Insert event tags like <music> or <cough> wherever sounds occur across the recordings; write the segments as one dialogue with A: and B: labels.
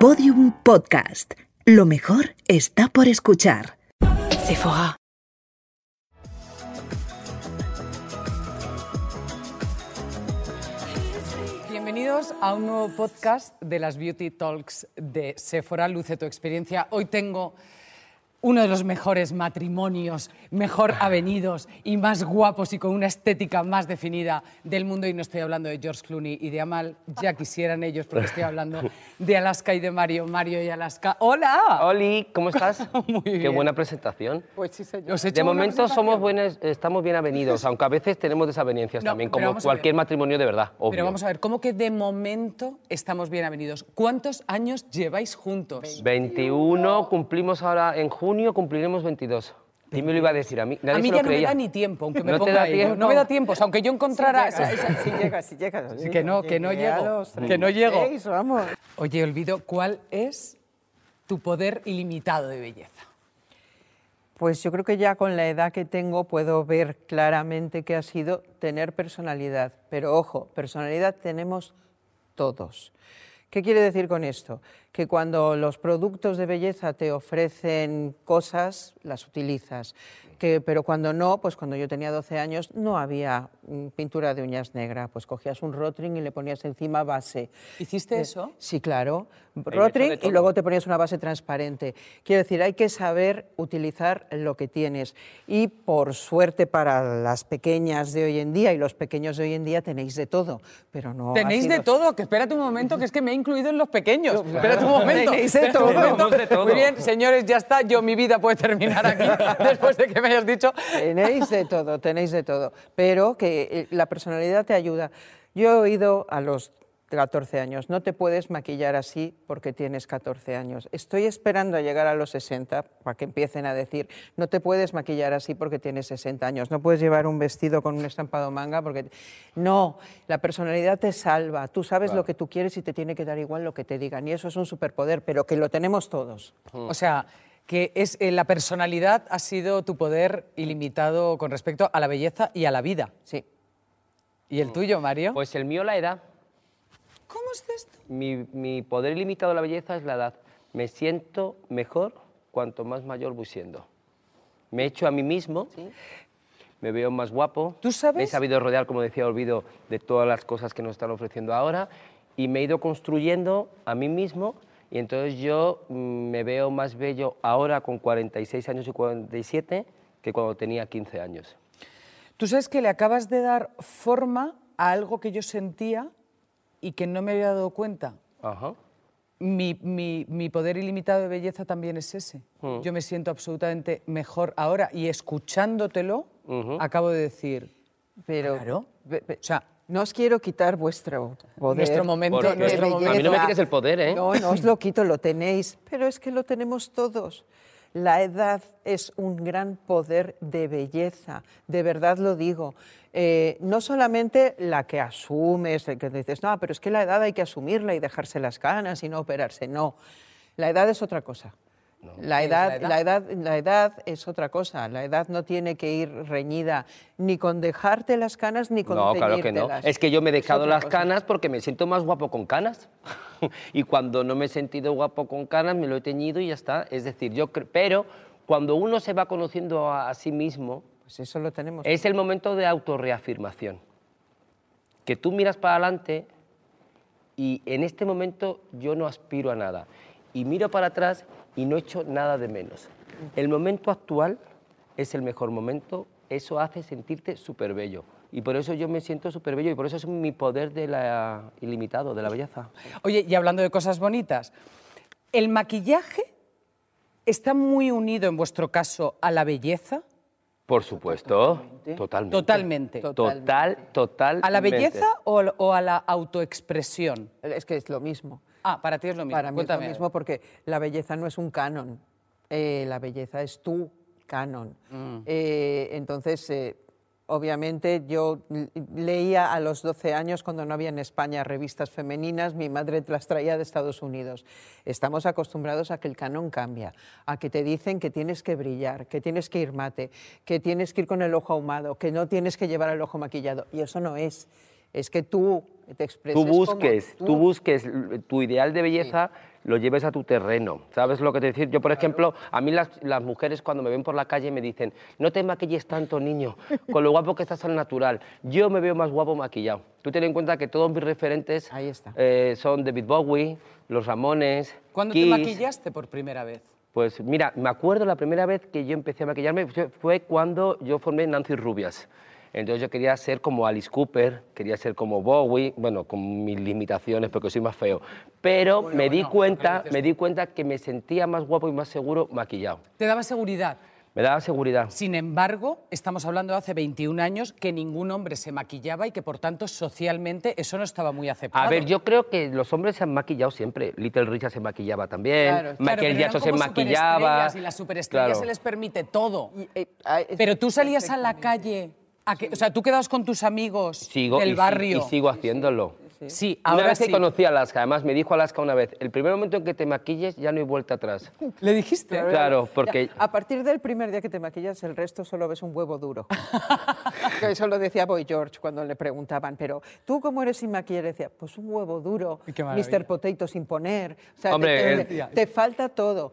A: Podium Podcast. Lo mejor está por escuchar.
B: Sephora.
C: Bienvenidos a un nuevo podcast de las Beauty Talks de Sephora Luce tu experiencia. Hoy tengo uno de los mejores matrimonios, mejor avenidos y más guapos y con una estética más definida del mundo. Y no estoy hablando de George Clooney y de Amal, ya quisieran ellos, porque estoy hablando de Alaska y de Mario. Mario y Alaska. ¡Hola!
D: Oli, ¿cómo estás?
C: <laughs> Muy
D: Qué
C: bien.
D: buena presentación.
C: Pues sí, señor. Os he hecho
D: De
C: una
D: momento somos
C: presentación.
D: buenas, estamos
C: <laughs>
D: bien avenidos, aunque a veces tenemos desavenencias
C: No,
D: también,
C: pero
D: como
C: vamos a ver.
D: cualquier matrimonio de verdad, obvio.
C: Pero vamos a ver, ¿cómo que de momento estamos bien avenidos? ¿Cuántos años lleváis juntos?
D: 21, cumplimos ahora en junio, cumpliremos 22. Y me lo iba a decir a mí. Nadie
C: a mí
D: se lo
C: ya no me
D: creía.
C: da ni tiempo, aunque me
D: ¿No te
C: ponga
D: da
C: ahí.
D: tiempo?
C: No me da tiempo, o sea, aunque yo encontrara...
E: Si
C: esa- esa-
E: llega, si llega.
C: Sí, que no, que no llego, que no llego.
E: vamos.
C: Oye, Olvido, ¿cuál es tu poder ilimitado de belleza?
E: Pues yo creo que ya con la edad que tengo puedo ver claramente que ha sido tener personalidad. Pero ojo, personalidad tenemos todos. ¿Qué quiere decir con esto? Que cuando los productos de belleza te ofrecen cosas, las utilizas. Que, pero cuando no, pues cuando yo tenía 12 años no había mm, pintura de uñas negra. Pues cogías un Rotring y le ponías encima base.
C: ¿Hiciste eso?
E: Sí, claro.
D: de
E: Rotring y
D: todo.
E: luego te ponías una base transparente. Quiero decir, hay que saber utilizar lo que tienes. Y por suerte para las pequeñas de hoy en día y los pequeños de hoy en día tenéis de todo, pero no. ha
C: Tenéis de
E: sido-
C: todo, que espérate un momento, que es que me he incluido en los pequeños. Espérate un momento.
E: Tenéis de
C: espérate un
E: todo.
C: momento.
D: Tenemos de todo.
C: Muy bien, señores, ya está. Yo mi vida puede terminar aquí <laughs> después de que me hayas dicho.
E: Tenéis de todo, tenéis de todo. Pero que eh, la personalidad te ayuda. Yo he oído a los 14 años, no te puedes maquillar así porque tienes 14 años. Estoy esperando a llegar a los 60 para que empiecen a decir, no te puedes maquillar así porque tienes 60 años, no puedes llevar un vestido con un estampado manga porque... No, la personalidad te salva, tú sabes lo que tú quieres y te tiene que dar igual lo que te digan. Y eso es un superpoder, pero que lo tenemos todos.
C: O sea, que es, eh, la personalidad ha sido tu poder ilimitado con respecto a la belleza y a la vida.
E: Sí.
C: ¿Y el tuyo, Mario?
D: Pues el mío, la edad.
C: ¿Cómo es esto?
D: Mi, mi poder ilimitado a la belleza es la edad. Me siento mejor cuanto más mayor voy siendo. Me echo a mí mismo, me veo más guapo.
C: ¿Tú sabes?
D: Me he sabido rodear, como decía Olvido, de todas las cosas que nos están ofreciendo ahora y me he ido construyendo a mí mismo. Y entonces yo mm, me veo más bello ahora con 46 años y 47 que cuando tenía 15 años.
C: Tú sabes que le acabas de dar forma a algo que yo sentía y que no me había dado cuenta.
D: Ajá.
C: Mi, mi- mi poder ilimitado de belleza también es ese. Yo me siento absolutamente mejor ahora y escuchándotelo acabo de decir,
E: Pero,
C: Claro.
E: Pe- pe-
C: O sea,
E: no os quiero quitar vuestro poder.
C: Nuestro momento,
E: de
D: nuestro
E: belleza.
D: momento. A mí no me quites el poder, ¿eh?
E: Oh, No,
D: <laughs>
E: no os lo quito, lo tenéis. Pero es que lo tenemos todos. La edad es un gran poder de belleza, de verdad lo digo. Eh, no solamente la que asumes, el que dices, no, pero es que la edad hay que asumirla y dejarse las canas y no operarse. No, la edad es otra cosa. La
C: ¿Qué es la
E: edad,
C: edad?
E: la edad, la edad es otra cosa. La edad no tiene que ir reñida ni con dejarte las canas ni con
D: No, claro que no.
E: teñírtelas.
D: Es que yo me he
E: Es
D: dejado
E: otra
D: las
E: cosa.
D: canas porque me siento más guapo con canas. <laughs> y cuando no me he sentido guapo con canas, me lo he teñido y ya está. Es decir, yo cre- pero cuando uno se va conociendo a, a sí mismo,
E: Pues eso lo tenemos.
D: es el momento de autorreafirmación. Que tú miras para adelante y en este momento yo no aspiro a nada. Y miro para atrás y no echo nada de menos. El momento actual es el mejor momento, eso hace sentirte súper bello. Y por eso yo me siento súper bello y por eso es mi poder de la ilimitado, de la belleza.
C: Oye, y hablando de cosas bonitas, ¿el maquillaje está muy unido en vuestro caso a la belleza?
D: Por supuesto, totalmente.
C: Totalmente.
D: Total, total.
C: ¿A la belleza o, al- o a la autoexpresión?
E: Es que es lo mismo.
C: Ah, para ti es lo mismo.
E: Para mí es lo
C: Cuéntame.
E: mismo porque la belleza no es un canon. Eh, la belleza es tu canon. Eh, entonces, eh, obviamente, yo l- leía a los 12 años cuando no había en España revistas femeninas, mi madre las traía de Estados Unidos. Estamos acostumbrados a que el canon cambia, a que te dicen que tienes que brillar, que tienes que ir mate, que tienes que ir con el ojo ahumado, que no tienes que llevar el ojo maquillado. Y eso no es. es que tú te expreses.
D: Tú
E: como
D: busques, tú.
E: tú.
D: busques l- tu ideal de belleza, lo lleves a tu terreno. ¿Sabes lo que te decir? Yo, por ejemplo, a mí las, las mujeres cuando me ven por la calle me dicen, no te maquilles tanto, niño, con lo guapo que estás al natural. Yo me veo más guapo maquillado. Tú ten en cuenta que todos mis referentes
E: Ahí está.
D: eh, son David Bowie, Los Ramones,
C: ¿Cuándo te
D: Kiss.
C: maquillaste por primera vez?
D: Pues mira, me acuerdo la primera vez que yo empecé a maquillarme fue- fue cuando yo formé Nancy Rubias. Entonces yo quería ser como Alice Cooper, quería ser como Bowie, bueno, con mis limitaciones porque soy más feo. Pero me di
C: bueno,
D: cuenta,
C: pero dices
D: me di cuenta que me sentía más guapo y más seguro maquillado.
C: Te daba seguridad.
D: Me daba seguridad.
C: Sin embargo, estamos hablando de hace 21 años que ningún hombre se maquillaba y que por tanto socialmente eso no estaba muy aceptado.
D: A ver, yo creo que los hombres se han maquillado siempre. Little Richard se maquillaba también,
E: Claro, claro,
C: Claro,
D: Michael
C: pero eran
D: Jackson se
C: como
D: maquillaba.
C: superestrellas Y las superestrellas
D: Claro.
C: se les permite todo.
E: Y, eh, ah, es-
C: Pero tú salías a la calle, a que- o sea, tú quedabas con tus amigos
D: Sigo y
C: del
D: si-
C: barrio.
D: y sigo haciéndolo.
C: Sí,
D: una
C: ahora
D: vez
C: sí.
D: que conocí a Alaska, además me dijo Alaska una vez, el primer momento en que te maquilles ya no hay vuelta atrás.
C: ¿Le dijiste?
D: Claro,
E: Ya,
D: porque
E: a partir del primer día que te maquillas, el resto solo ves un
C: <laughs>
E: huevo duro. Que Eso lo decía Boy George cuando le preguntaban, pero tú cómo eres sin maquillar, decía, pues un huevo duro,
C: Y qué maravilla.
E: Mr. Potato sin poner. O sea, te-
D: Hombre,
E: te,
D: eh.
E: te falta todo.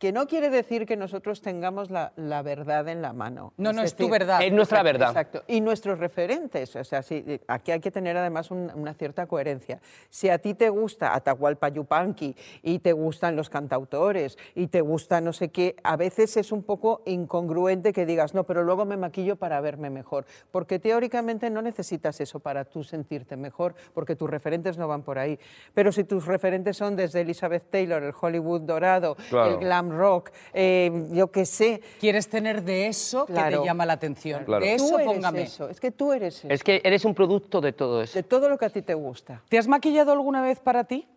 E: Que no quiere decir que nosotros tengamos la, la verdad en la mano.
C: No, no, es tu verdad.
D: Es nuestra
E: Exacto,
D: verdad.
E: Exacto. Y nuestros referentes. O sea, sí, eh, aquí hay que tener además un- una cierta coherencia. Si a ti te gusta Atahualpa Yupanqui y te gustan los cantautores y te gusta no sé qué, a veces es un poco incongruente que digas, no, pero luego me maquillo para verme mejor. Porque teóricamente no necesitas eso para tú sentirte mejor, porque tus referentes no van por ahí. Pero si tus referentes son desde Elizabeth Taylor, el Hollywood dorado,
D: Claro.
E: el glam rock, eh, yo qué sé.
C: Quieres tener de eso que
E: Claro.
C: te llama la atención.
D: Claro.
C: De
E: Tú
C: eso
E: eres
C: póngame.
E: eso, Es que tú eres eso.
D: es que eres un producto de todo eso.
E: De todo lo que a ti te gusta.
C: ¿Te has maquillado alguna vez para ti?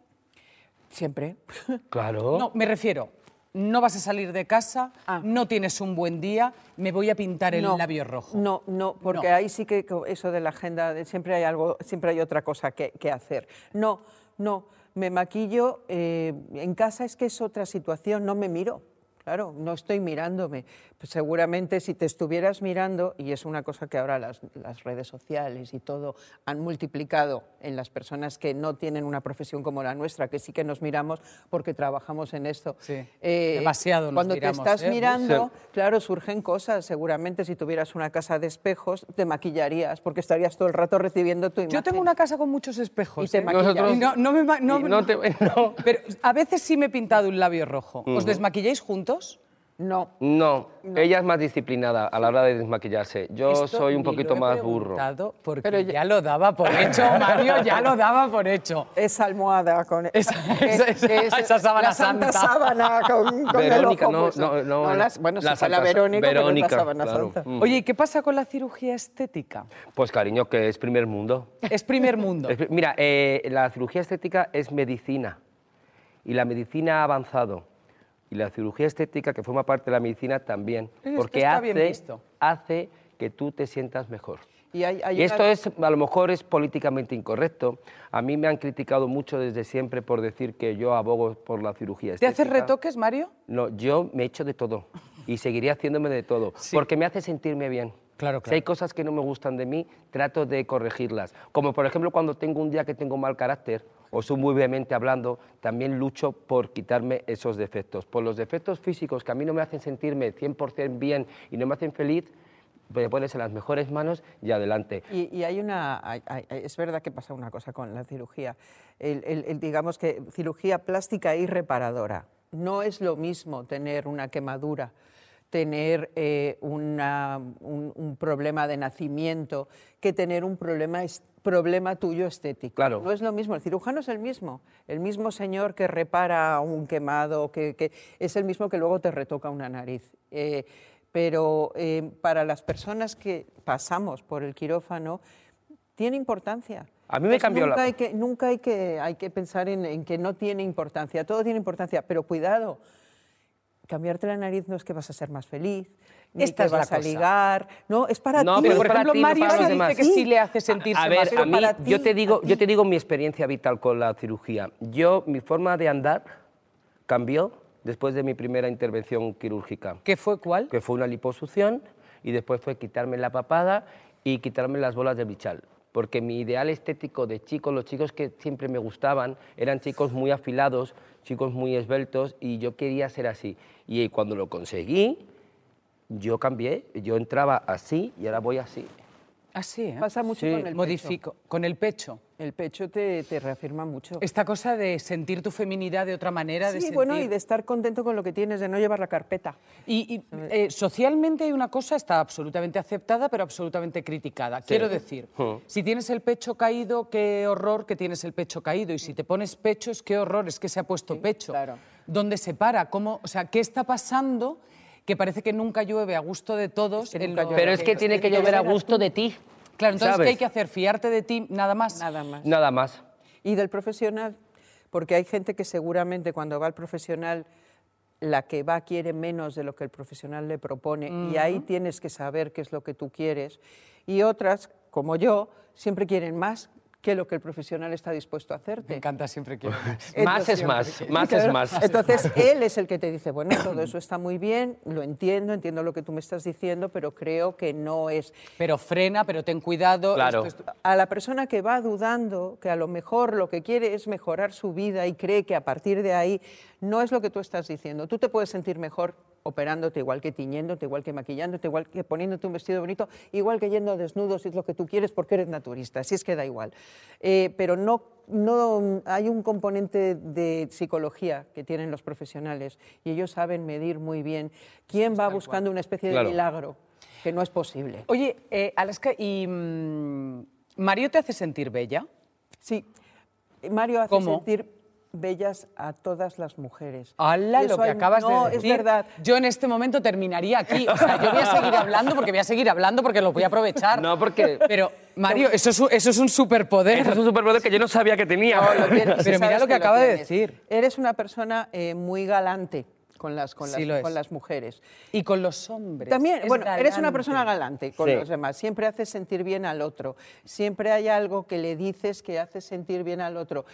E: Siempre. <laughs>
D: Claro.
C: No, me refiero. No vas a salir de casa,
E: Ah.
C: no tienes un buen día, me voy a pintar el labio rojo.
E: No, no, porque
C: No.
E: ahí sí que co- eso de la agenda, de siempre hay algo, siempre hay otra cosa que, que hacer. No, no, me maquillo, eh, en casa es que es otra situación, no me miro. Claro, no estoy mirándome. Pues seguramente si te estuvieras mirando, y es una cosa que ahora las, las redes sociales y todo han multiplicado en las personas que no tienen una profesión como la nuestra, que sí que nos miramos porque trabajamos en esto. eh,
C: Sí, demasiado nos
E: Cuando
C: miramos,
E: te estás
C: ¿eh?
E: mirando, Claro, surgen cosas. Seguramente si tuvieras una casa de espejos, te maquillarías porque estarías todo el rato recibiendo tu imagen.
C: Yo tengo una casa con muchos espejos.
E: Y te
C: ¿eh?
E: maquillas. Nosotros-
C: Y no, no me ma- no-
D: y no te- <laughs> no.
C: <laughs> Pero a veces sí me he pintado un labio rojo. ¿Os desmaquilláis juntos?
E: No.
D: No, ella es más disciplinada a la hora de desmaquillarse. Yo
C: Esto
D: soy un
C: ni lo
D: poquito
C: he
D: más burro.
C: preguntado Porque
E: Pero
C: ya...
E: ya-
C: lo daba por hecho,
D: <laughs>
C: Mario, ya lo daba por hecho.
E: Es almohada con
C: <laughs>
E: <laughs>
C: Esa- esa- esa- esa sábana
E: la santa,
C: santa.
E: sábana con, con
D: Verónica,
E: el ojo
D: no, no,
E: puesto.
D: no,
E: las- bueno,
D: la
E: sí fue la
D: santa-
E: Verónica, pero es
D: Verónica,
E: la sábana
D: claro.
E: santa.
D: Mm.
C: Oye, ¿y qué pasa con la cirugía estética?
D: Pues cariño, que es primer mundo.
C: Es primer
D: <laughs>
C: mundo.
D: Es pri- Mira, eh, la cirugía estética es medicina y la medicina ha avanzado. Y la cirugía estética, que forma parte de la medicina, también.
C: Esto
D: Porque
C: está bien
D: hace,
C: visto.
D: hace que tú te sientas mejor.
E: Y, hay- hay
D: Y esto
E: una-
D: es, a lo mejor es políticamente incorrecto. A mí me han criticado mucho desde siempre por decir que yo abogo por la cirugía
C: ¿Te
D: estética.
C: haces retoques, Mario?
D: No, yo me echo de todo y seguiré haciéndome de todo,
C: Sí.
D: porque me hace sentirme bien.
C: Claro,
D: Si hay
C: claro.
D: cosas que no me gustan de mí, trato de corregirlas. Como por ejemplo cuando tengo un día que tengo mal carácter o soy muy vehemente hablando, también lucho por quitarme esos defectos. Por los defectos físicos que a mí no me hacen sentirme 100% bien y no me hacen feliz, me pones en las mejores manos y adelante.
E: Y, y hay una, hay- hay- hay- es verdad que pasa una cosa con la cirugía, El- el- el, digamos que cirugía plástica y reparadora. No es lo mismo tener una quemadura, tener eh, una- un, un problema de nacimiento, que tener un problema, es- problema tuyo estético.
D: Claro.
E: No es lo mismo, el cirujano es el mismo, el mismo señor que repara un quemado, que, que es el mismo que luego te retoca una nariz. Eh, pero eh, para las personas que pasamos por el quirófano, tiene importancia.
D: A mí me
E: Entonces,
D: cambió la-
E: nunca Hay que, nunca hay que, hay que pensar en, en que no tiene importancia, todo tiene importancia, pero cuidado, cambiarte la nariz no es que vas a ser más feliz, ni
C: Esta
E: que
C: es la
E: vas a
C: cosa.
E: ligar, no, es para ti.
C: pero
D: es
C: por
D: para
C: ejemplo,
D: ti, no
C: Mario
D: para los
C: sí dice
D: demás.
C: que sí le hace sentirse
D: a ver,
C: más, pero
D: a mí,
E: para
D: yo
E: ti,
D: te digo,
E: a
D: yo te digo mi experiencia vital con la cirugía. Yo mi forma de andar cambió después de mi primera intervención quirúrgica,
C: ¿Qué fue cuál?
D: que fue una liposucción y después fue quitarme la papada y quitarme las bolas de bichal. porque mi ideal estético de chicos, los chicos que siempre me gustaban, eran chicos muy afilados, chicos muy esbeltos, y yo quería ser así. Y cuando lo conseguí, yo cambié, yo entraba así y ahora voy así.
C: Así, ¿eh?
E: Pasa mucho
D: Sí,
E: con el
C: Modifico. Con el pecho.
E: pecho. El pecho te, te reafirma mucho.
C: Esta cosa de sentir tu feminidad de otra manera, de
E: sí,
C: sentir...
E: bueno, y de estar contento con lo que tienes, de no llevar la carpeta.
C: Y, y, eh, socialmente hay una cosa, está absolutamente aceptada, pero absolutamente criticada. Quiero decir,
D: Ujú.
C: si tienes el pecho caído, qué horror que tienes el pecho caído. Y si te pones pechos, qué horror es que se ha puesto pecho.
E: claro.
C: ¿Dónde se para? ¿Cómo, o sea, ¿qué está pasando? Que parece que nunca llueve a gusto de todos.
E: que
C: en
E: nunca
C: lo
E: llueve.
D: Pero es que tiene que llover a gusto de ti.
C: Claro, entonces,
D: ¿sabes?
C: ¿qué hay que hacer? ¿Fiarte de ti? Nada más.
E: Nada más.
D: Nada más.
E: Y del profesional, porque hay gente que seguramente cuando va al profesional, la que va quiere menos de lo que el profesional le propone y ahí tienes que saber qué es lo que tú quieres. Y otras, como yo, siempre quieren más que lo que el profesional está dispuesto a
C: Me
E: hacerte.
C: encanta siempre que...
E: <laughs>
D: Más es más, más es
C: <laughs>
E: Claro,
D: más.
E: <laughs> Entonces, él es el que te dice, bueno, todo eso está muy bien, lo entiendo, entiendo lo que tú me estás diciendo, pero creo que no es...
C: Pero frena, pero ten cuidado.
D: Claro.
C: esto es-
E: A la persona que va dudando, que a lo mejor lo que quiere es mejorar su vida y cree que a partir de ahí no es lo que tú estás diciendo. Tú te puedes sentir mejor operándote igual que tiñéndote, igual que maquillándote, igual que poniéndote un vestido bonito, igual que yendo desnudo si es lo que tú quieres porque eres naturista, si es que da igual. Eh, pero no, no hay un componente de psicología que tienen los profesionales y ellos saben medir muy bien quién va buscando una especie de
D: Claro.
E: milagro que no es posible.
C: Oye, eh, Alaska, ¿y mm, Mario te hace sentir bella?
E: Sí, Mario hace
C: ¿Cómo?
E: sentir bellas a todas las mujeres.
C: ¡Hala,
E: Y
C: lo
E: eso
C: que
E: hay-
C: acabas
E: no,
C: de decir!
E: es verdad.
C: Yo en este momento terminaría aquí. O sea, yo voy a seguir hablando porque voy a seguir hablando porque lo voy a aprovechar.
D: No, porque-
C: Pero, Mario, eso es un, eso es un superpoder.
D: Eso <laughs> es un superpoder que yo no sabía que tenía.
E: tienes,
C: Pero mira
E: sabes
C: lo que acaba de
E: tienes.
C: decir.
E: Eres una persona eh, muy galante con las, con las,
C: Sí, lo es.
E: con las mujeres.
C: Y con los hombres.
E: También,
C: es
E: bueno, eres una
C: galante.
E: persona galante con
D: Sí.
E: los demás, siempre haces sentir bien al otro, siempre hay algo que le dices que hace sentir bien al otro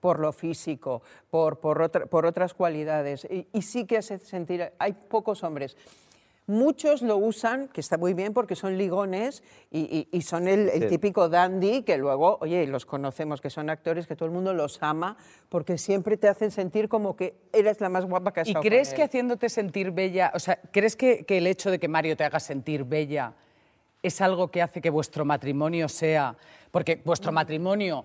E: por lo físico, por, por, otra- por otras cualidades, y, y sí que hace sentir, hay pocos hombres. Muchos lo usan, que está muy bien porque son ligones y, y- y son el, el
D: Sí.
E: típico dandy que luego, oye, los conocemos, que son actores, que todo el mundo los ama porque siempre te hacen sentir como que eres la más guapa que has
C: ¿Y
E: estado con
C: crees que
E: él.
C: haciéndote sentir bella, o sea, crees que, que el hecho de que Mario te haga sentir bella es algo que hace que vuestro matrimonio sea, porque vuestro matrimonio,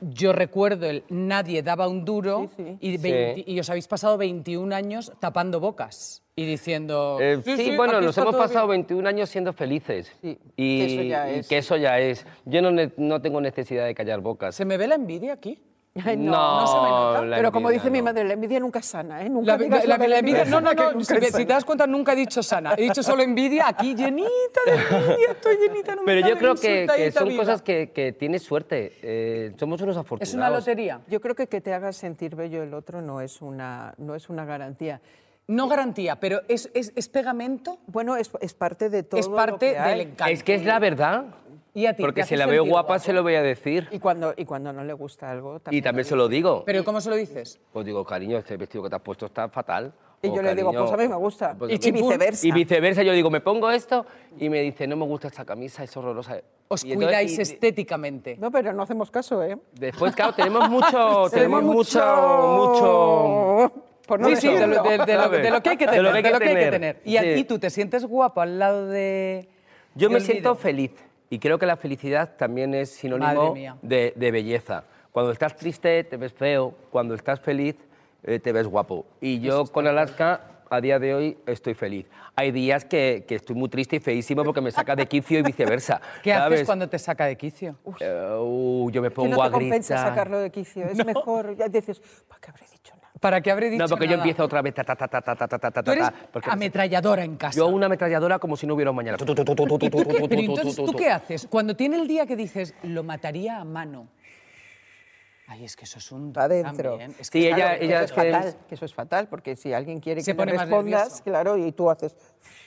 C: yo recuerdo el nadie daba un duro
E: Sí, sí.
C: Y,
D: Sí.
C: 20 y os habéis pasado 21 años tapando bocas y diciendo...
D: <laughs> Eh, sí, bueno,
C: aquí
D: nos
C: está
D: hemos
C: todo
D: pasado
C: bien".
D: 21 años siendo felices.
E: Sí,
D: y,
E: que eso ya
D: y
E: es.
D: que eso ya es. Yo no, ne- no tengo necesidad de callar bocas.
C: ¿Se me ve la envidia aquí?
E: <laughs> Ay, no,
D: No,
C: no se me nota.
D: la
E: Pero como
D: envidia
E: dice mi
D: no.
E: madre, la envidia nunca es sana, ¿eh? Nunca
C: La,
E: digas
C: la- la
E: lo
C: que la envidia, no, no,
D: <laughs>
E: que
C: no,
E: nunca
C: si,
E: es
C: te- si
E: sana.
C: te das cuenta nunca he dicho sana, he dicho solo envidia, aquí llenita
D: <laughs>
C: de envidia, estoy llenita, no me
D: Pero yo
C: cabe
D: creo
C: un
D: que, que
C: sultanita
D: son
C: viva.
D: cosas que, que tienes suerte. eh, somos unos afortunados.
C: Es una lotería.
E: Yo creo que que te hagas sentir bello el otro no es una, no es una garantía.
C: No garantía, pero es, es- es pegamento
E: Bueno, es, es parte de todo.
C: es
E: lo
C: parte
E: que hay.
C: del encanto.
D: Es que es la verdad.
C: Y a ti,
D: Porque
C: ¿te
D: si
C: hace
D: la veo
C: sentir
D: guapa,
C: guapo?
D: se lo voy a decir.
E: Y cuando, y cuando no le gusta algo
D: Y
E: también.
D: también se lo digo.
C: Pero ¿cómo se lo dices?
D: Pues digo, cariño, este vestido que te has puesto está fatal.
E: Y
D: O,
E: yo le digo,
D: "Cariño,
E: pues a mí me gusta.
D: pues
E: Y
D: a mí-
C: chimpún.
E: viceversa.
D: Y viceversa, yo le digo, me pongo esto y me dice, no me gusta esta camisa, es horrorosa.
C: Os
D: Y entonces-
C: cuidáis
D: y-
C: estéticamente.
E: No, pero no hacemos caso, ¿eh?
D: Después, claro, tenemos
E: <laughs>
D: mucho, tenemos mucho, mucho.
E: Por no
C: sí, sí, de
E: decirlo.
C: lo, de-
D: <laughs>
C: de lo- de lo que hay que
D: De
C: tener.
D: lo que hay que
C: tener.
D: tener.
C: Y a
D: Sí.
C: ti tú te sientes guapo al lado de...
D: Yo
C: de
D: me
C: Olvido.
D: siento feliz y creo que la felicidad también es
C: Madre
D: sinónimo
C: mía.
D: de, de belleza. Cuando estás triste te ves feo, cuando estás feliz eh, te ves guapo. Y yo con Alaska a día de hoy estoy feliz. Hay días que, que estoy muy triste y feísimo porque me saca de quicio y viceversa.
C: ¿Qué
D: ¿sabes?
C: haces cuando te saca de quicio?
D: Eh, uh, yo me
E: Que
D: pongo
E: no
D: a
E: te compensa
D: gritar.
E: sacarlo de quicio. Es mejor. Ya dices, ¿para qué habré dicho nada?
C: ¿Para qué habré dicho
D: No, porque yo
C: nada?
D: empiezo otra vez ta ta ta ta ta ta ta ta ta.
C: Tú eres
D: ta, porque-
C: ametralladora en casa.
D: Yo una ametralladora como si no hubiera un mañana. Tu, tu, tu, tu, tu,
C: ¿Y tú
D: tu,
C: qué-
D: tu, tu,
C: pero
D: tu, tu,
C: entonces,
D: tu,
C: ¿tú
D: tu.
C: qué haces? Cuando tiene el día que dices, lo mataría a mano. Ay, es que eso es un...
E: Pa' adentro.
C: también. Es
D: Sí,
C: que
D: ella-
E: Claro, que
D: ella
E: eso es
D: que-
E: fatal, que eso es fatal, porque si alguien quiere
C: Se
E: que le
C: pone más
E: respondas,
C: nervioso.
E: claro, y tú haces.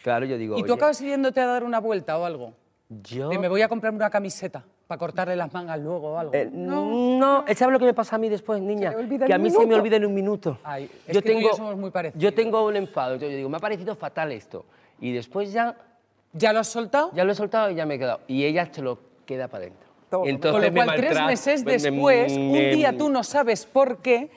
D: Claro, yo digo.
C: ¿Y tú
D: oye,
C: acabas yéndote a dar una vuelta o algo?
D: Yo.
C: De me voy a comprarme una camiseta para cortarle las mangas luego o algo.
D: Eh, no, ¿sabes lo que me pasa a mí después, niña?
E: le olvida
D: que
E: en
D: a
E: un
D: mí se me
E: minuto.
D: olvida en un minuto.
C: Ay, es que tú y yo somos muy parecidos.
D: Yo tengo un enfado. Yo, yo digo, me ha parecido fatal esto. Y después ya,
C: ¿Ya lo has soltado?
D: ya lo he soltado y ya me he quedado. Y ella se lo queda para adentro.
E: Todo.
D: Entonces
C: pues. Con lo
D: me
C: cual, tres
D: maltrata-
C: meses
D: me- me-
C: después, un
D: me-
C: día tú no sabes por qué,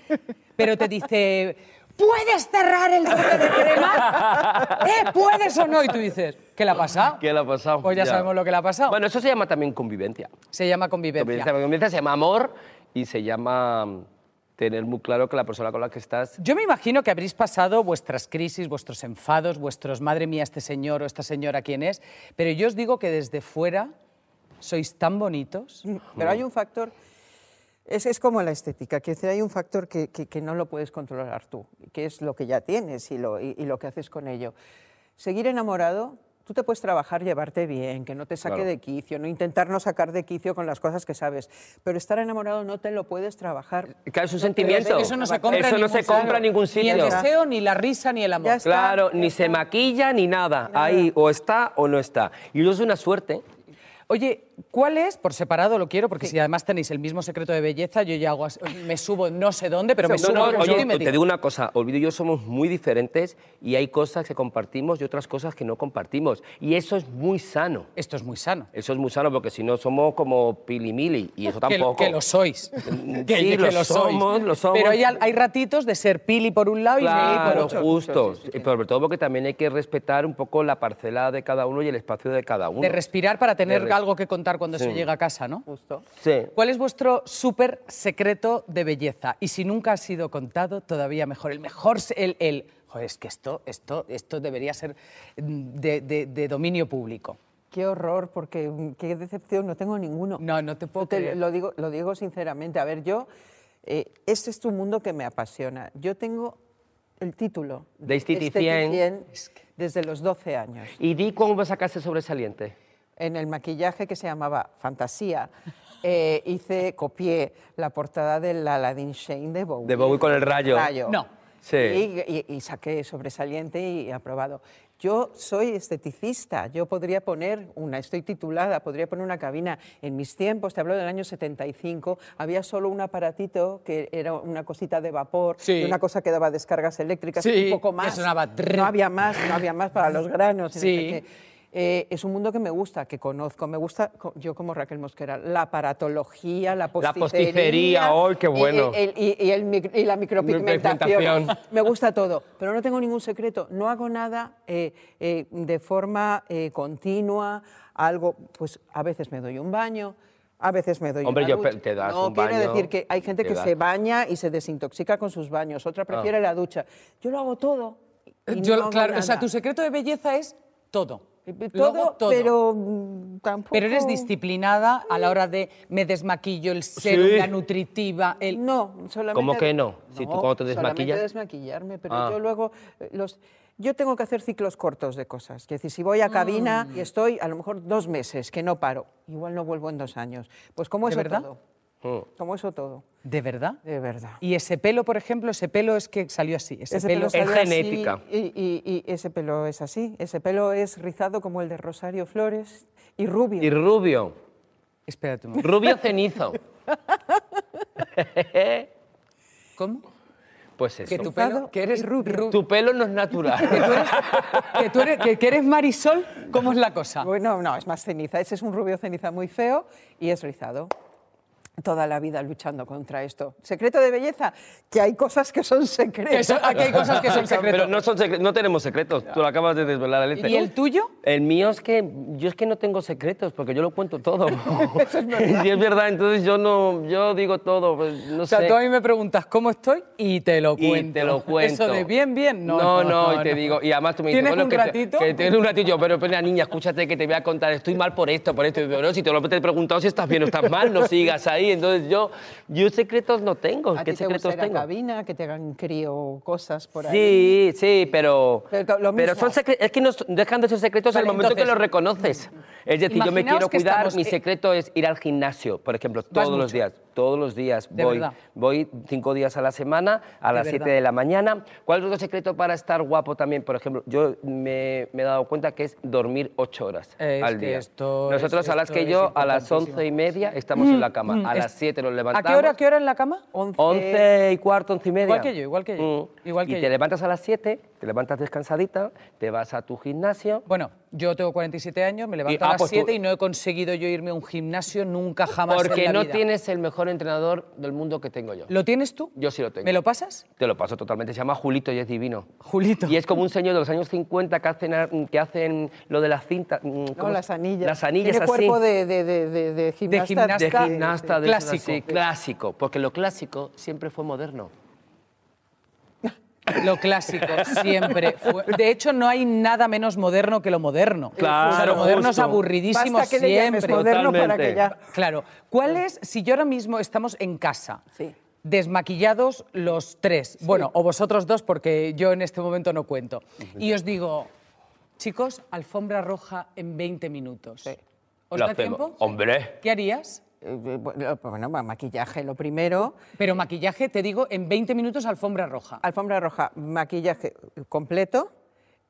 C: pero te dice, ¿puedes cerrar el toque de crema? ¿Eh? ¿Puedes o no? Y tú dices, ¿qué le ha pasado?
D: ¿Qué le ha pasado?
C: Pues ya, sabemos lo que le ha pasado.
D: Bueno, eso se llama también convivencia.
C: se llama convivencia.
D: Convivencia, convivencia se llama amor y se llama mm, tener muy claro que la persona con la que estás
C: Yo me imagino que habréis pasado vuestras crisis, vuestros enfados, vuestros, madre mía, este señor o esta señora, ¿quién es? Pero yo os digo que desde fuera sois tan bonitos.
E: Pero hay un factor, es, es como la estética, que hay un factor que, que- que no lo puedes controlar tú, que es lo que ya tienes y lo, y- y lo que haces con ello. Seguir enamorado, tú te puedes trabajar, llevarte bien, que no te saque
D: Claro.
E: de quicio, no intentar no sacar de quicio con las cosas que sabes, pero estar enamorado no te lo puedes trabajar.
D: Claro, es un
E: No te lo
D: sentimiento.
E: debes
C: Eso no se compra,
D: Eso
C: en
D: no
C: ningún
D: se compra en ningún
C: Ni el
D: sitio.
C: deseo, ni la risa, ni el amor.
E: Ya está.
D: Claro, ni se maquilla ni nada. Ahí o está o no está. Y eso es una suerte.
C: Oye, ¿cuál es? Por separado lo quiero, porque si además tenéis el mismo secreto de belleza, yo ya hago así, me subo no sé dónde, pero me
D: No,
C: subo
D: no,
C: no, sé dónde y
D: oye,
C: me
D: te
C: tiro.
D: digo una cosa. Olvido y yo somos muy diferentes y hay cosas que compartimos y otras cosas que no compartimos. Y eso es muy sano.
C: Esto es muy sano.
D: Eso es muy sano porque si no somos como pilimili y eso
C: Que,
D: tampoco. Mm,
C: que lo sois. <laughs>
D: Sí,
C: que, que
D: lo
C: sois.
D: somos, lo somos.
C: Pero hay, al- hay ratitos de ser pili por un lado y gay por
D: Claro,
C: otro.
D: justo. Y Sobre todo porque también hay que respetar un poco la parcela de cada uno y el espacio de cada uno.
C: De respirar para tener
D: De res-
C: algo que contar cuando se
D: Sí.
C: llega a casa, ¿no?
E: Justo.
D: Sí.
C: ¿Cuál es vuestro súper secreto de belleza? Y si nunca ha sido contado, todavía mejor. El mejor, se- el, el- joder, es que esto, esto, esto debería ser mm, de, de- de dominio público.
E: Qué horror, porque mm, qué decepción, no tengo ninguno.
C: No, no te puedo
E: Yo te
C: creer.
E: Lo digo, lo digo sinceramente. A ver, yo, eh, este es tu mundo que me apasiona. Yo tengo el título
D: De esteticien.
E: esteticien desde los 12 años.
D: ¿Y di cómo sacaste sobresaliente?
E: En el maquillaje que se llamaba Fantasía, eh, hice, copié la portada del Aladdin Shane de Bowie.
D: De Bowie con el rayo.
C: No.
D: Sí.
E: Y, y- y saqué sobresaliente y aprobado. Yo soy esteticista, yo podría poner una, estoy titulada, podría poner una cabina. En mis tiempos, te hablo del año 75, había solo un aparatito que era una cosita de vapor,
C: Sí.
E: y una cosa que daba descargas eléctricas,
C: Sí,
E: un poco
C: que
E: más.
C: sonaba trrr.
E: No había más, no había más para los granos.
C: Sí.
E: Entonces, eh, es un mundo que me gusta, que conozco, me gusta co- yo como Raquel Mosquera, la aparatología, la
D: La
E: posticería. Eh,
D: posticería, ¡ay, qué
E: y-
D: bueno!
E: el- y, y el mic- y la micropigmentación.
D: Micropigmentación.
E: Me gusta todo, pero no tengo ningún secreto. No hago nada eh, eh, de forma eh, continua, algo, pues a veces me doy un baño. A veces me doy
D: Hombre,
E: una
D: yo
E: ducha.
D: pe- te das
E: No
D: un
E: quiere
D: baño,
E: decir que hay gente
D: te
E: que
D: das.
E: se baña y se desintoxica con sus baños, otra prefiere la ducha. Yo lo hago todo. y
C: Eh, Yo,
E: no hago
C: claro, o sea,
E: nada.
C: tu secreto de belleza es todo.
E: Eh,
C: Lo hago
E: Todo, pero mm, tampoco.
C: Pero eres disciplinada a la hora de me desmaquillo, el serum, la nutritiva, el...
E: No, solamente.
D: ¿Cómo que no? Si tú cuando te
E: solamente
D: desmaquillas-
E: desmaquillarme, pero
D: Ah.
E: yo luego. eh, los, yo tengo que hacer ciclos cortos de cosas. Que decir, si voy a cabina y estoy a lo mejor dos meses que no paro, igual no vuelvo en dos años. Pues como
C: ¿De
E: eso
C: verdad?
E: todo.
D: Mm.
E: Como eso todo.
C: ¿De verdad?
E: De verdad.
C: Y ese pelo, por ejemplo, ese pelo es que salió así. Ese, pelo,
D: salió-
E: sale
D: Es genética.
E: así, y, y- y ese pelo es así. Ese pelo es rizado como el de Rosario Flores y rubio.
D: Y rubio.
C: Espérate un momento.
D: Rubio cenizo. <laughs>
C: ¿Cómo?
D: Pues eso.
C: Que tu pelo,
E: Rizado
C: que eres
E: y rubio.
C: ru-
D: Tu pelo no
C: <laughs>
D: es natural.
C: que tú eres, que, que eres Marisol, ¿cómo es la cosa?
E: Bueno, no, es más ceniza. Ese es un rubio ceniza muy feo y es rizado. Toda la vida luchando contra esto. Secreto de belleza, que hay cosas que son secretos.
C: Que son- aquí hay cosas que
D: <laughs>
C: son
D: Pero
C: secretos.
D: no, son secre- no tenemos secretos. Tú lo acabas de desvelar, Alete.
C: ¿Y el tuyo?
D: El mío es que yo es que no tengo secretos porque yo lo
C: <laughs>
D: cuento todo. <laughs> Y es verdad, entonces yo no yo digo todo, pues, no
C: o sea,
D: sé.
C: tú a mí me preguntas cómo estoy y te lo
D: Y
C: cuento.
D: te lo cuento.
C: Eso de bien, bien, no.
D: No, no, y te digo. Y además tú me dices,
C: ¿Tienes
D: bueno,
C: un
D: que,
C: ratito?
D: Te, que tienes un ratito. Pero, pero, niña, escúchate que te voy a contar, estoy mal por esto, por esto. Y yo, no, si te lo te he preguntado si estás bien o estás mal, no sigas ahí. Entonces yo, yo secretos no tengo.
E: ¿A
D: ¿Qué
E: ti te gusta
D: secretos
E: ir a
D: tengo?
E: cabina, que te hagan crío cosas por ahí?
D: Sí, sí, pero.
E: Pero lo mismo.
D: son secre- Es que no son- dejan de ser secretos al
C: Vale,
D: momento que
C: entonces-
D: los reconoces. Es decir, yo me
C: Imaginaos
D: quiero
C: que
D: cuidar.
C: estamos-
D: Mi
C: eh,
D: secreto es ir al gimnasio, por ejemplo, todos los
C: mucho.
D: días. Todos los días
C: De
D: voy.
C: verdad.
D: Voy cinco días a la semana, a
C: De
D: las siete
C: verdad.
D: de la mañana. ¿Cuál es otro secreto para estar guapo también? Por ejemplo, yo me, me he dado cuenta que es dormir ocho horas
C: Es
D: al
C: que
D: día.
C: esto es-
D: Nosotros a las
C: esto
D: que
C: es
D: yo, a las
C: importantísimo. Mm,
D: once y media, estamos en la cama. A las siete nos
C: ¿A
D: levantamos.
C: qué hora, a qué hora en la cama?
E: Once-
D: 11 y cuarto, 11 y media. Mm.
C: Igual que yo, igual que yo, igual que
D: y
C: yo.
D: te levantas a las 7 Te levantas descansadita, te vas a tu gimnasio.
C: Bueno, yo tengo 47 años, me levanto
D: ah,
C: a las
D: pues tú-
C: 7 y no he conseguido yo irme a un gimnasio nunca jamás
D: porque
C: en la
D: no
C: vida.
D: tienes el mejor entrenador del mundo que tengo yo.
C: ¿Lo tienes tú?
D: Yo sí lo tengo.
C: ¿Me lo pasas?
D: Te lo paso totalmente. Se llama Julito y es divino.
C: Julito.
D: Y es como un señor de los años 50 que hacen, a- que hacen lo de las cintas.
E: No, las anillas.
D: Las anillas
E: Tiene
D: así.
E: cuerpo de, de, de, de, de gimnasta.
C: gimnasta.
D: de
C: hasta-
D: gimnasta, de
C: Clásico.
D: clásico. clásico. Porque lo clásico siempre fue moderno.
C: Lo clásico, siempre. fue- De hecho, no hay nada menos moderno que lo moderno.
D: Claro,
C: O sea, lo moderno es
D: justo.
C: aburridísimo
E: Basta que le llames
C: siempre.
E: moderno para que
D: Totalmente.
E: ya... eh,
C: Claro. ¿Cuál es, si yo ahora mismo estamos en casa,
E: Sí.
C: desmaquillados los tres, bueno, o vosotros dos, porque yo en este momento no cuento, y os digo, chicos, alfombra roja en 20 minutos. ¿Os
D: Lo
C: da
D: hacemos.
C: tiempo?
D: Hombre.
C: ¿Qué harías?
E: Eh, Bueno, bueno, maquillaje lo primero.
C: Pero maquillaje, te digo, en 20 minutos alfombra roja.
E: Alfombra roja, maquillaje completo.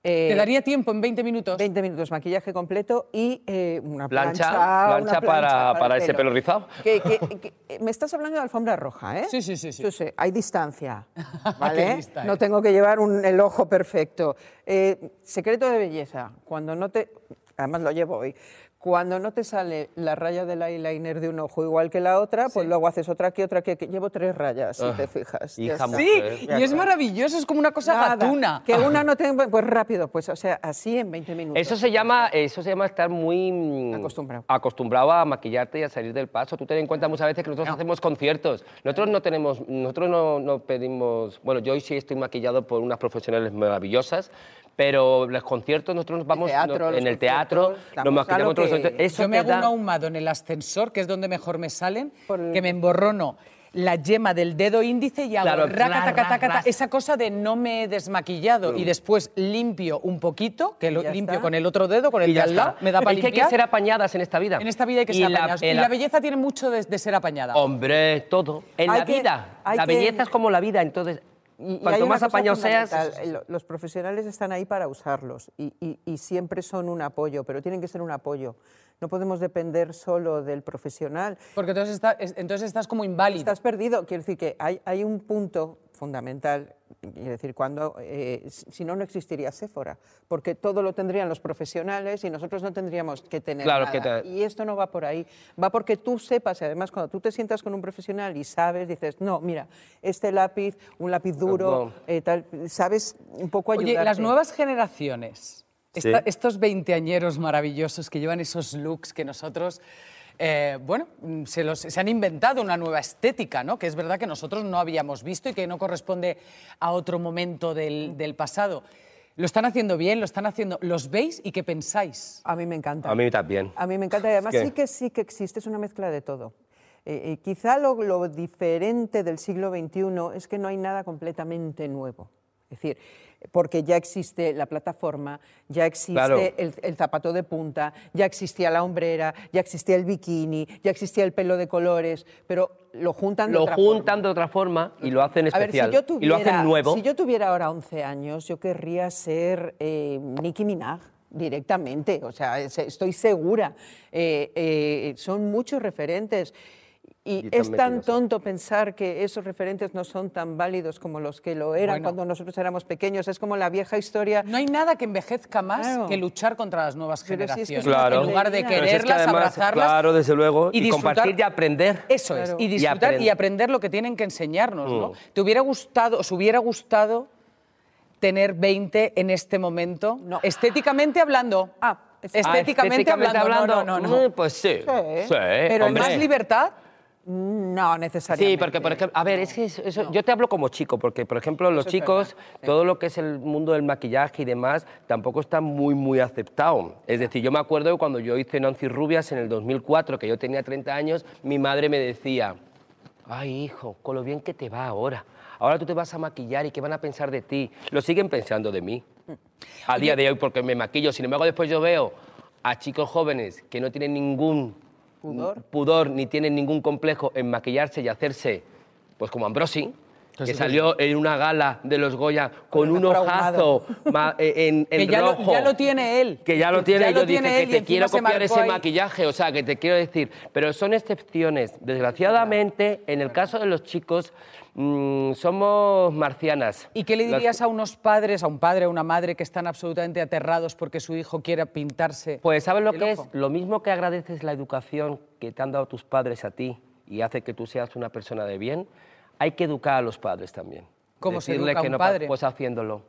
E: eh,
C: ¿Te daría tiempo en 20 minutos?
E: 20 minutos maquillaje completo y eh, una
D: Plancha,
E: plancha.
D: plancha
E: una
D: para-
E: plancha
D: para
E: el
D: ese pelo rizado.
E: Que- que- que- eh, me estás hablando de alfombra roja, ¿eh?
C: Sí, sí, sí, sí.
E: Yo sé,
C: <laughs>
E: hay distancia,
C: Qué
E: ¿vale?
C: lista
E: no
C: eres.
E: tengo que llevar un, el ojo perfecto. Eh, secreto de belleza, cuando no te... Además lo llevo hoy. Cuando no te sale la raya del eyeliner de un ojo igual que la otra, pues luego haces otra aquí, otra aquí. aquí. Llevo tres rayas, si te fijas. ya
D: Ah, hija
E: está.
D: mu-
C: Sí,
D: Mujer.
C: y es maravilloso, es como una cosa Ah,
E: Nada,
C: gatuna.
E: Que una no tenga... Pues rápido, pues, o sea, así en 20 minutos.
D: Eso se llama, eso se llama estar muy mm,
E: Acostumbrado.
D: acostumbrado a maquillarte y a salir del paso. Tú ten en cuenta muchas veces que nosotros hacemos conciertos. Nosotros no tenemos, nosotros no, no pedimos. Bueno, yo hoy sí estoy maquillado por unas profesionales maravillosas, pero los conciertos nosotros nos vamos
E: teatro,
D: no-
E: los
D: en el
E: conciertos,
D: teatro,
E: vamos a
D: nos maquillamos
E: lo
D: todos los
E: que-
D: conciertos. Eso
C: Yo me
D: te
C: hago
D: da-
C: un ahumado en el ascensor, que es donde mejor me salen,
E: Por el-
C: que me emborrono la yema del dedo índice y hago
D: Claro,
C: raca, taca,
D: ras, ras,
C: taca, taca,
D: ras.
C: esa cosa de no me he desmaquillado y después limpio un poquito, que lo
E: ya
C: limpio
E: está.
C: con el otro dedo, con el
D: y
C: de
D: ya
C: al lado,
D: está.
C: me da para
D: Es que hay que
C: limpiar.
D: ser apañadas en esta vida.
C: En esta vida hay que
D: Y
C: ser
D: la- Oh.
C: apañados.
D: en
C: y la belleza tiene mucho de, de ser apañada.
D: Hombre, todo. En
E: Hay
D: la
E: que-
D: vida.
E: hay
D: La
E: que-
D: belleza es como la vida, entonces.
E: Y- y hay
D: cuanto
E: una
D: más
E: cosa
D: apañado seas.
E: fundamental, eh, lo- Los profesionales están ahí para usarlos y, y- y siempre son un apoyo, pero tienen que ser un apoyo. No podemos depender solo del profesional.
C: Porque entonces, está- es- entonces estás como inválido.
E: Estás perdido. Quiero decir que hay, hay un punto fundamental. Quiero decir, cuando, eh, si si no, no existiría Sephora, porque todo lo tendrían los profesionales y nosotros no tendríamos que tener
D: Claro
E: nada.
D: que te-
E: Y esto no va por ahí. Va porque tú sepas, y además cuando tú te sientas con un profesional y sabes, dices, no, mira, este lápiz, un lápiz duro,
D: Bueno.
E: eh, tal, sabes un poco ayudarte.
C: Oye, las nuevas generaciones, esta-
D: Sí.
C: estos veinteañeros maravillosos que llevan esos looks que nosotros, eh, bueno, mm, se, los, se han inventado una nueva estética, ¿no? Que es verdad que nosotros no habíamos visto y que no corresponde a otro momento del, del pasado. Lo están haciendo bien, lo están haciendo. ¿Los veis y qué pensáis?
E: A mí me encanta.
D: A mí también.
E: A mí me encanta y además
D: que-
E: sí que sí que existe, es una mezcla de todo. Eh, eh, quizá lo, lo diferente del siglo XXI es que no hay nada completamente nuevo. Es decir, porque ya existe la plataforma, ya existe
D: Claro.
E: el, el zapato de punta, ya existía la hombrera, ya existía el bikini, ya existía el pelo de colores, pero lo juntan de
D: lo
E: otra
D: juntan
E: forma.
D: de otra forma y lo hacen
E: A ver, si
D: especial.
E: yo tuviera,
D: y lo hacen nuevo.
E: Si yo tuviera ahora 11 años, yo querría ser eh, Nicki Minaj directamente, o sea, es- estoy segura. Eh, eh, son muchos referentes. Y
D: Y tan
E: es tan
D: metidos, ¿eh?
E: tonto pensar que esos referentes no son tan válidos como los que lo eran
C: Bueno.
E: cuando nosotros éramos pequeños. Es como la vieja historia.
C: No hay nada que envejezca más
E: Claro.
C: que luchar contra las nuevas
E: Pero si es que
C: generaciones.
E: es una
D: Claro.
C: En lugar de
E: tontería.
D: Pero si
C: quererlas,
D: es que además,
C: abrazarlas.
D: claro, desde luego, y
C: disfrutar-
D: compartir y aprender.
C: Eso
E: Claro.
C: es, y
D: Y
C: disfrutar y,
D: aprender.
C: aprender lo que tienen que enseñarnos. ¿no?
D: Mm.
C: ¿Te hubiera gustado, os hubiera gustado tener 20 en este momento?
E: No.
C: Estéticamente hablando.
E: Ah,
D: Ah,
C: estéticamente, hablando. No, no, no, no.
D: mm, Pues sí.
E: Sí.
C: Pero en
D: hombre.
C: más libertad.
E: No, necesariamente.
D: Sí, porque, por ejemplo, a ver, es que eso- eso- yo te hablo como chico, porque, por ejemplo, los
E: Eso es
D: chicos,
E: verdad, sí.
D: todo lo que es el mundo del maquillaje y demás, tampoco está muy, muy aceptado. Es decir, yo me acuerdo de cuando yo hice Nancy Rubias en el 2004, que yo tenía 30 años, mi madre me decía, ay, hijo, con lo bien que te va ahora. Ahora tú te vas a maquillar y qué van a pensar de ti. Lo siguen pensando de mí. A día de hoy, porque me maquillo. Sin embargo, después yo veo a chicos jóvenes que no tienen ningún
E: Pudor.
D: pudor ni tienen ningún complejo en maquillarse y hacerse, pues como Ambrosi, que salió en una gala de los Goya con un ojazo ma- eh, en,
C: Que
D: en
C: ya lo-
D: rojo.
C: ya lo tiene él.
D: Que ya lo tiene.
C: Ya
D: y yo
C: lo tiene él
D: dije
C: y
D: que te
C: encima
D: quiero
C: se
D: copiar
C: marcó
D: ese
C: ahí.
D: maquillaje. O sea, que te quiero decir. Pero son excepciones. Desgraciadamente, en el caso de los chicos, mm, somos marcianas.
C: ¿Y qué le
D: Las-
C: dirías a unos padres, a un padre, a una madre que están absolutamente aterrados porque su hijo quiera pintarse?
D: Pues ¿sabes lo
C: el
D: que es?
C: ojo?
D: Lo mismo que agradeces la educación que te han dado tus padres a ti y hace que tú seas una persona de bien, hay que educar a los padres también.
C: ¿Cómo se
D: Decirle
C: educa a
D: que
C: un
D: no pa-
C: padre?
D: Pues haciéndolo.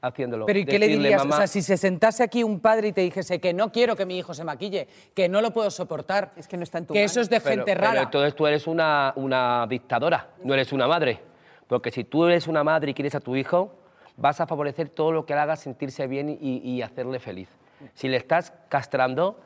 D: Haciéndolo.
C: Pero ¿y qué le
D: Decirle,
C: dirías?
D: "Mamá,
C: O sea, si se sentase aquí un padre y te dijese que no quiero que mi hijo se maquille, que no lo puedo soportar,
E: Es que no está en tu
C: que
E: mano.
C: eso es de
D: Pero-
C: gente
D: pero
C: rara.
D: entonces tú eres una, una dictadora, no eres una madre. Porque si tú eres una madre y quieres a tu hijo, vas a favorecer todo lo que le haga sentirse bien y, y hacerle feliz. Si le estás castrando,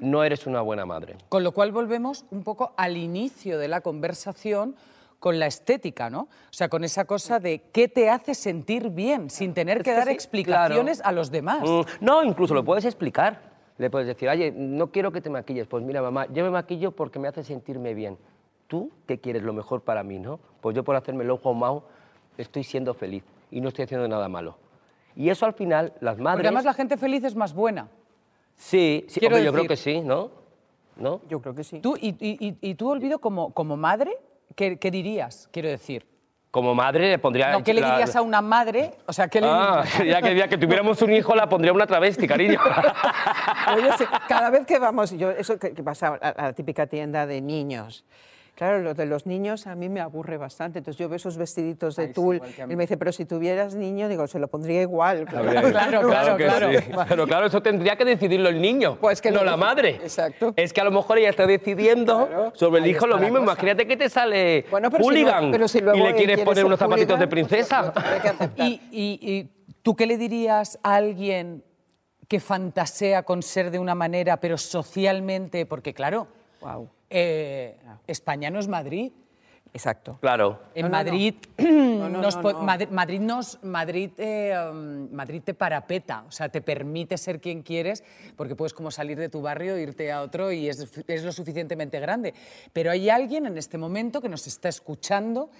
D: no eres una buena madre.
C: Con lo cual volvemos un poco al inicio de la conversación con la estética, ¿no? O sea, con esa cosa de qué te hace sentir bien, sin tener que,
D: Es que
C: dar
D: sí,
C: explicaciones
D: claro.
C: a los demás.
D: Mm, No, incluso lo puedes explicar. Le puedes decir, oye, no quiero que te maquilles. Pues mira, mamá, yo me maquillo porque me hace sentirme bien. Tú que quieres lo mejor para mí, ¿no? Pues yo por hacerme el ojo mao estoy siendo feliz y no estoy haciendo nada malo. Y eso al final, las
C: Porque
D: madres...
C: además la gente feliz es más buena.
D: Sí, sí
C: Quiero
D: hombre, yo creo
C: decir-
D: que sí, ¿no? ¿No?
E: Yo creo que sí.
C: Tú, y, y- y- y tú, Olvido, como, como madre, ¿qué, qué dirías? Quiero decir.
D: Como madre le pondría...
C: No, ¿Qué le
D: la-
C: dirías a una madre? O sea, ¿qué le
D: Ah, <laughs>
C: dirías? <laughs>
D: ya que, ya que tuviéramos un hijo la pondría una travesti, cariño.
E: Oye, sí, cada vez que vamos, yo, eso que, que vas a, a la típica tienda de niños. Claro, lo de los niños a mí me aburre bastante. Entonces yo veo esos vestiditos de
C: Ay, sí,
E: tul.
C: igual que a mí.
E: Él me dice, pero si tuvieras niño, digo, se lo pondría igual.
C: Claro, claro, claro,
D: que
C: claro.
D: sí. Pero claro, eso tendría que decidirlo el niño,
E: Pues que
D: no
E: lo-
D: la madre.
E: Exacto.
D: Es que a lo mejor ella está decidiendo
E: Claro,
D: sobre el
E: ahí
D: hijo
E: está
D: lo
E: la
D: mismo.
E: cosa.
D: Imagínate que te sale
E: Bueno, pero si
D: hooligan
E: lo- pero si luego
D: y le
E: él
D: quieres
E: quiere
D: poner
E: ser
D: unos zapatitos de
E: hooligan, pues lo-
D: princesa.
E: lo tendré que aceptar.
C: Y, y- y tú qué le dirías a alguien que fantasea con ser de una manera, pero socialmente? Porque, claro,
E: Guau.
C: eh, España no es Madrid.
E: Exacto.
D: Claro.
C: En
E: No, no, no.
C: Madrid,
E: <clears throat> no,
C: nos
E: no,
C: po-
E: no.
C: Madri- Madrid nos, Madrid, eh, um, Madrid te parapeta, o sea, te permite ser quien quieres, porque puedes como salir de tu barrio, irte a otro y es, es lo suficientemente grande. Pero hay alguien en este momento que nos está escuchando,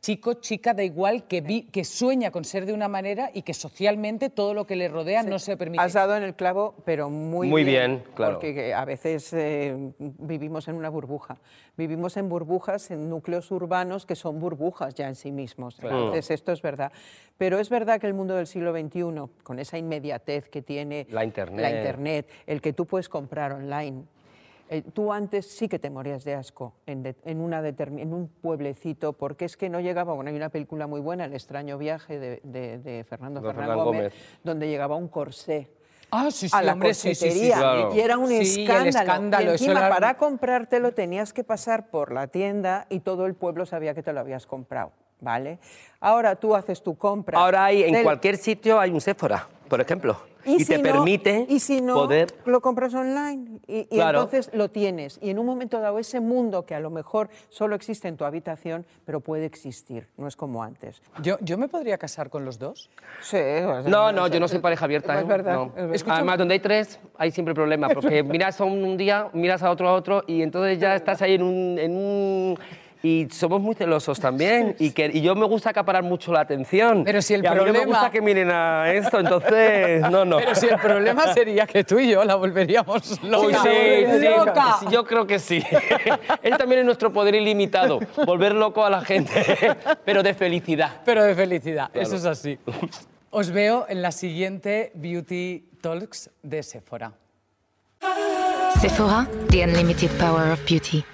C: chico, chica, da igual, que, vi- que sueña con ser de una manera y que socialmente todo lo que le rodea no se permite.
E: Has dado en el clavo, pero muy,
D: Muy bien, claro.
E: Porque que a veces eh, vivimos en una burbuja. Vivimos en burbujas, en núcleos urbanos que son burbujas ya en sí mismos. Entonces, esto es verdad. Pero es verdad que el mundo del siglo XXI, con esa inmediatez que tiene
D: La internet.
E: la internet, el que tú puedes comprar online. eh, Tú antes sí que te morías de asco en, de- en una determin- en un pueblecito, porque es que no llegaba, bueno, hay una película muy buena, El extraño viaje de, de- de Fernando
D: De
E: Fernán
D: Fernán
E: Gómez,
D: Gómez.
E: donde llegaba un corsé
C: ah, sí, sí,
E: a la
C: hombre, sí, sí, sí,
E: corsetería,
C: sí.
D: claro.
E: y era un
C: Sí, el
E: escándalo.
C: escándalo,
E: y
C: eso
E: encima,
C: era-
E: para comprártelo tenías que pasar por la tienda y todo el pueblo sabía que te lo habías comprado, ¿vale? Ahora tú haces tu compra.
D: Ahora hay, en
E: del-
D: cualquier sitio hay un Sephora, por ejemplo. Y,
E: si
D: te
E: no-
D: permite
E: y si no,
D: poder...
E: lo compras online y, y
D: Claro.
E: entonces lo tienes. Y en un momento dado ese mundo que a lo mejor solo existe en tu habitación, pero puede existir, no es como antes.
C: Yo, yo me podría casar con los dos.
E: Sí, o sea,
D: No, no, yo no soy pareja abierta.
E: Es
D: ¿eh?
E: verdad.
D: No.
E: es verdad.
D: Además, donde hay tres, hay siempre problemas, porque miras a un un día, miras a otro a otro, y entonces ya estás ahí en un... en un- y somos muy celosos también, y, que, y yo me gusta acaparar mucho la atención.
C: Pero si el
D: y a mí no me
C: problema-
D: gusta que miren a esto, entonces, no, no.
C: Pero si el
D: <laughs>
C: problema sería que tú y yo la volveríamos
D: Uy,
C: loca.
D: sí, sí,
C: loca.
D: sí, yo creo que sí. <laughs> Él también es nuestro poder ilimitado, volver loco a la gente, <laughs> pero de felicidad.
C: pero de felicidad. Eso es
D: <laughs>
C: así. Os veo en la siguiente Beauty Talks de Sephora.
B: Sephora, the unlimited power of beauty.